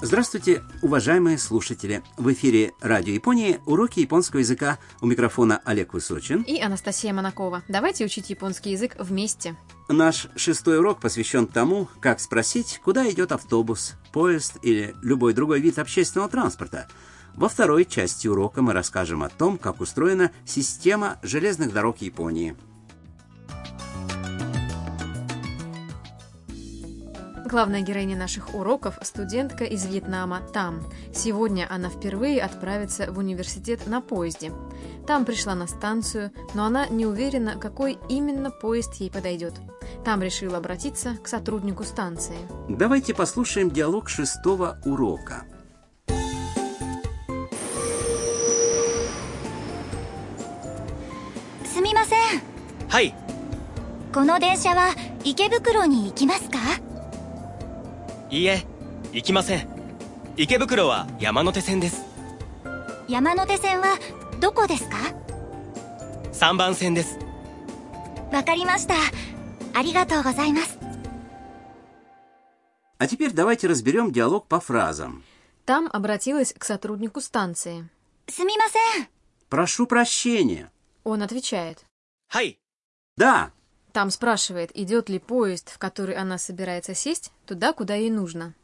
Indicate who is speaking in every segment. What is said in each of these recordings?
Speaker 1: Здравствуйте, уважаемые слушатели! В эфире Радио Японии уроки японского языка. У микрофона Олег Высочин.
Speaker 2: И Анастасия Монакова. Давайте учить японский язык вместе.
Speaker 1: Наш шестой урок посвящен тому, как спросить, куда идет автобус, поезд или любой другой вид общественного транспорта. Во второй части урока мы расскажем о том, как устроена система железных дорог Японии.
Speaker 2: Главная героиня наших уроков – студентка из Вьетнама Там. Сегодня она впервые отправится в университет на поезде. Там пришла на станцию, но она не уверена, какой именно поезд ей подойдет. Там решила обратиться к сотруднику станции.
Speaker 1: Давайте послушаем диалог шестого урока.
Speaker 3: すみません
Speaker 4: はい
Speaker 3: この電車は池袋に行きますか
Speaker 4: いいえ行きません池袋は山手線です
Speaker 3: 山手線はどこですか
Speaker 4: 3番線です
Speaker 3: わかりましたありがとうございます
Speaker 1: А теперь давайте разберем диалог по фразам.
Speaker 2: Там обратилась к сотруднику станции.
Speaker 3: すみません
Speaker 1: Прошу прощения.
Speaker 2: Он отвечает.
Speaker 4: はい
Speaker 1: Да,
Speaker 2: Там спрашивает, идет ли поезд, в который она собирается сесть, туда, куда ей нужно.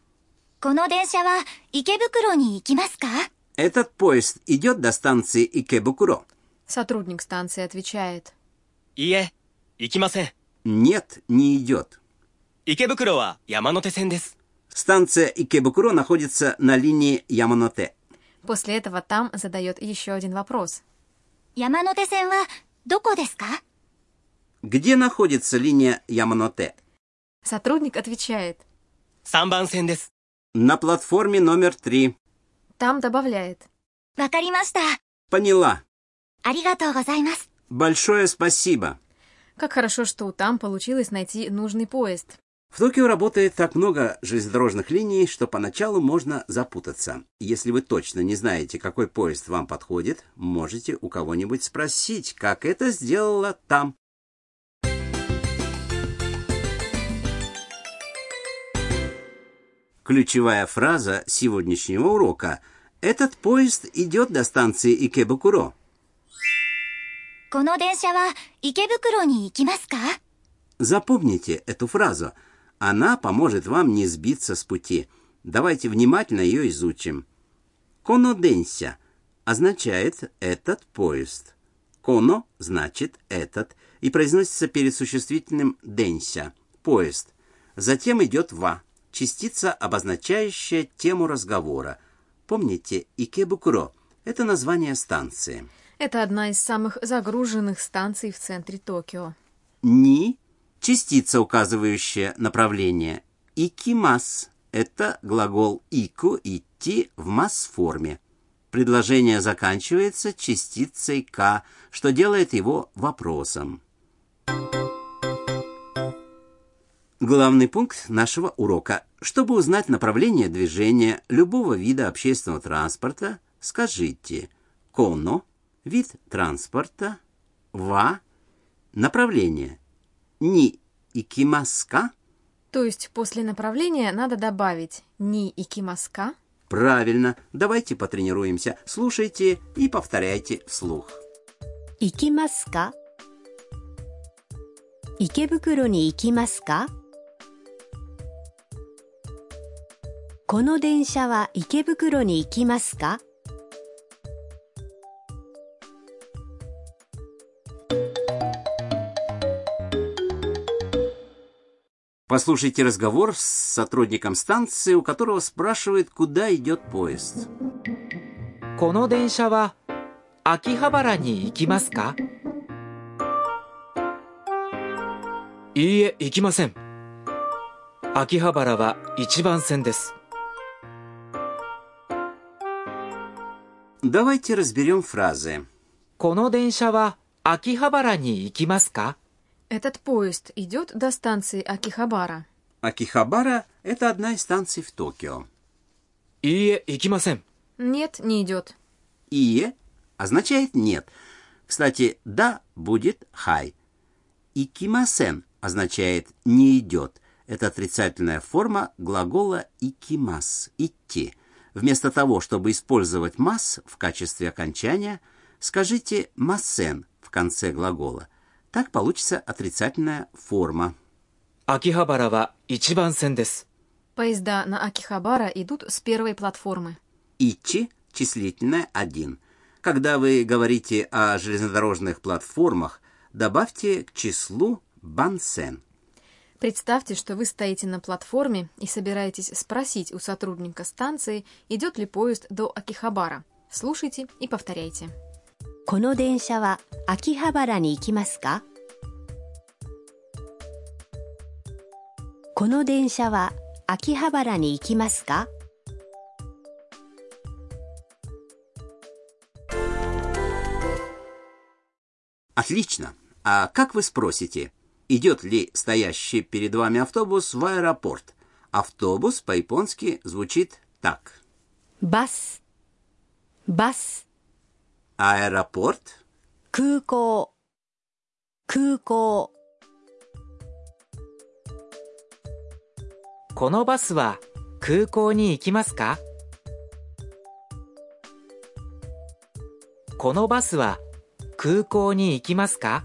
Speaker 3: この電車は池袋に行きますか
Speaker 1: этот поезд идет до станции Икебукуро.
Speaker 2: Сотрудник станции отвечает.
Speaker 4: いいえ行きません
Speaker 1: Нет, не идет.
Speaker 4: 池袋は山手線です
Speaker 1: Станция Икебукуро находится на линии Яманоте.
Speaker 2: После этого Там задает еще один вопрос.
Speaker 3: 山手線はどこですか
Speaker 1: Где находится линия Яманоте?
Speaker 2: Сотрудник отвечает.
Speaker 4: 3番線です
Speaker 1: На платформе номер три.
Speaker 2: Там добавляет.
Speaker 3: わかりました
Speaker 1: Поняла.
Speaker 3: ありがとうございます
Speaker 1: Большое спасибо.
Speaker 2: Как хорошо, что у Там получилось найти нужный поезд.
Speaker 1: В Токио работает так много железнодорожных линий, что поначалу можно запутаться. Если вы точно не знаете, какой поезд вам подходит, можете у кого-нибудь спросить, как это сделала там. Ключевая фраза сегодняшнего урока «Этот поезд идет до станции Икебукуро».
Speaker 3: この電車は池袋に行きますか
Speaker 1: Запомните эту фразу. Она поможет вам не сбиться с пути. Давайте внимательно ее изучим. Коноденся означает «этот поезд». Коно значит «этот» и произносится перед существительным «денся» – «поезд». Затем идет «ва» – частица, обозначающая тему разговора. Помните «икебукуро» – это название станции.
Speaker 2: Это одна из самых загруженных станций в центре Токио.
Speaker 1: Ни – частица, указывающая направление. Икимас – это глагол ику – идти в масс-форме. Предложение заканчивается частицей «ка», что делает его вопросом. Главный пункт нашего урока. Чтобы узнать направление движения любого вида общественного транспорта, скажите «коно» – вид транспорта, «ва» Направление. Ни икимаска.
Speaker 2: То есть после направления надо добавить «ни» и «кимаска»,
Speaker 1: Правильно. Давайте потренируемся. Слушайте и повторяйте вслух.
Speaker 5: 行きますか池袋に行きますかこの電車は池袋に行きますか
Speaker 1: Послушайте разговор с сотрудником станции, у которого спрашивают, куда идет поезд.
Speaker 6: この電車は秋葉原に行きますかいいえ行きません秋葉原は1番線です
Speaker 1: Давайте разберем фразы.
Speaker 6: この電車は秋葉原に行きますか
Speaker 2: этот поезд идет до станции Акихабара.
Speaker 1: Акихабара – это одна из станций в Токио.
Speaker 6: いいえ行きません
Speaker 2: Нет, не идет.
Speaker 1: «Ие» означает «нет». Кстати, «да» будет «хай». «Икимасен» означает «не идет». Это отрицательная форма глагола «икимас» – «идти». Вместо того, чтобы использовать «мас» в качестве окончания, скажите «масен» в конце глагола. Так получится отрицательная форма.
Speaker 6: 秋葉原は一番線です。
Speaker 2: Поезда на Акихабара идут с первой платформы.
Speaker 1: Ичи – числительное «один». Когда вы говорите о железнодорожных платформах, добавьте к числу «бансен».
Speaker 2: Представьте, что вы стоите на платформе и собираетесь спросить у сотрудника станции, идет ли поезд до Акихабара. Слушайте и повторяйте.
Speaker 5: この電車は秋葉原に行きますかこの電車は秋葉原に行きますか
Speaker 1: Отлично. А как вы спросите, идет ли стоящий перед вами автобус в аэропорт? Автобус по-японски звучит так.
Speaker 5: バスバス
Speaker 1: Аэропорт,
Speaker 5: 空港空港
Speaker 6: このバスは空港に行きますかこのバスは空港に行きますか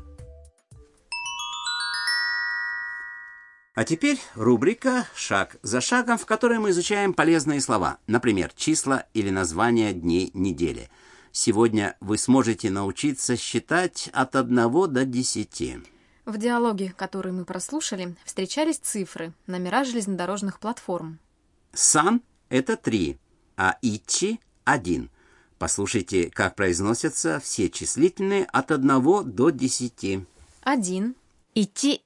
Speaker 1: А теперь рубрика «Шаг за шагом», в которой мы изучаем полезные слова, например, числа или названия дней недели. Сегодня вы сможете научиться считать от 1 до 10.
Speaker 2: В диалоге, который мы прослушали, встречались цифры, номера железнодорожных платформ.
Speaker 1: Сан – это 3, а ичи – 1. Послушайте, как произносятся все числительные от 1 до 10.
Speaker 2: 1,
Speaker 5: 1
Speaker 2: 2,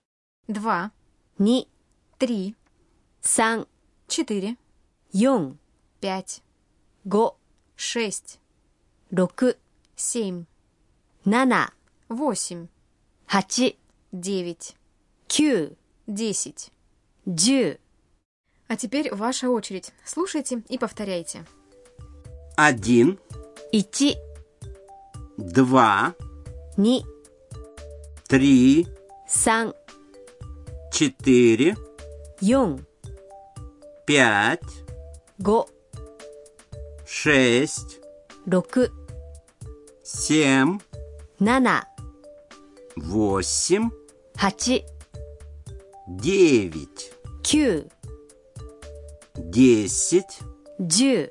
Speaker 5: 2
Speaker 2: 3,
Speaker 5: 3
Speaker 2: 4,
Speaker 5: 4
Speaker 2: 5,
Speaker 5: 5
Speaker 2: 6,
Speaker 5: 6
Speaker 2: 7,
Speaker 5: 7
Speaker 2: 8,
Speaker 5: 8
Speaker 2: 9,
Speaker 5: 9
Speaker 2: 10.
Speaker 5: 10
Speaker 2: А теперь ваша очередь. Слушайте и повторяйте.
Speaker 1: 1,
Speaker 5: 1
Speaker 1: 2,
Speaker 5: 2 3
Speaker 1: 3, 4,
Speaker 5: 4
Speaker 1: 5,
Speaker 5: 5
Speaker 1: 6,
Speaker 5: 6
Speaker 1: 7,
Speaker 5: 7
Speaker 1: 8,
Speaker 5: 8
Speaker 1: 9,
Speaker 5: 9
Speaker 1: 10.
Speaker 5: 10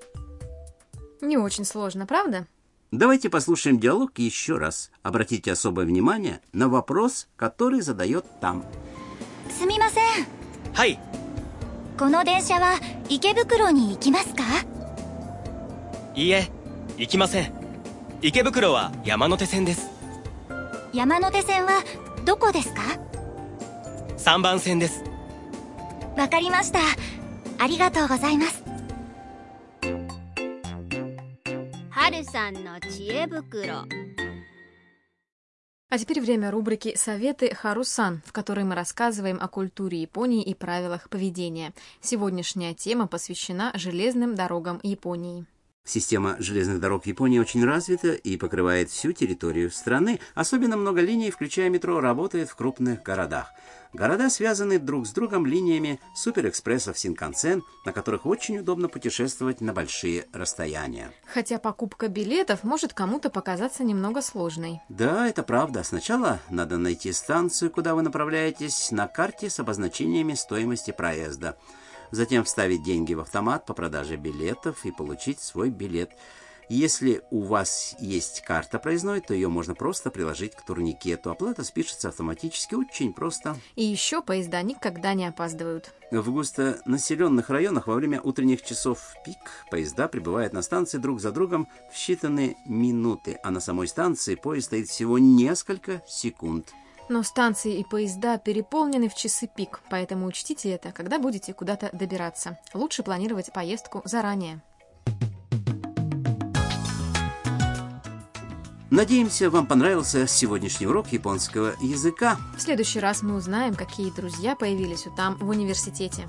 Speaker 2: Не очень сложно, правда?
Speaker 1: Давайте послушаем диалог еще раз. Обратите особое внимание на вопрос, который задает там.
Speaker 3: すみません
Speaker 4: はい
Speaker 3: この電車は池袋に行きますか
Speaker 4: いいえ行きません池袋は山手線です
Speaker 3: 山手線はどこですか
Speaker 4: 3番線です
Speaker 3: わかりましたありがとうございます
Speaker 7: 春さんの知恵袋
Speaker 2: А теперь время рубрики «Советы Харусан», в которой мы рассказываем о культуре Японии и правилах поведения. Сегодняшняя тема посвящена железным дорогам Японии.
Speaker 1: Система железных дорог Японии очень развита и покрывает всю территорию страны. Особенно много линий, включая метро, работает в крупных городах. Города связаны друг с другом линиями суперэкспрессов Синкансен, на которых очень удобно путешествовать на большие расстояния.
Speaker 2: Хотя покупка билетов может кому-то показаться немного сложной.
Speaker 1: Да, это правда. Сначала надо найти станцию, куда вы направляетесь, на карте с обозначениями стоимости проезда. Затем вставить деньги в автомат по продаже билетов и получить свой билет. Если у вас есть карта проездной, то ее можно просто приложить к турникету. Оплата спишется автоматически, очень просто.
Speaker 2: И еще поезда никогда не опаздывают.
Speaker 1: В густонаселенных районах во время утренних часов пик поезда прибывают на станции друг за другом в считанные минуты, а на самой станции поезд стоит всего несколько секунд.
Speaker 2: Но станции и поезда переполнены в часы пик, поэтому учтите это, когда будете куда-то добираться. Лучше планировать поездку заранее.
Speaker 1: Надеемся, вам понравился сегодняшний урок японского языка.
Speaker 2: В следующий раз мы узнаем, какие друзья появились у там в университете.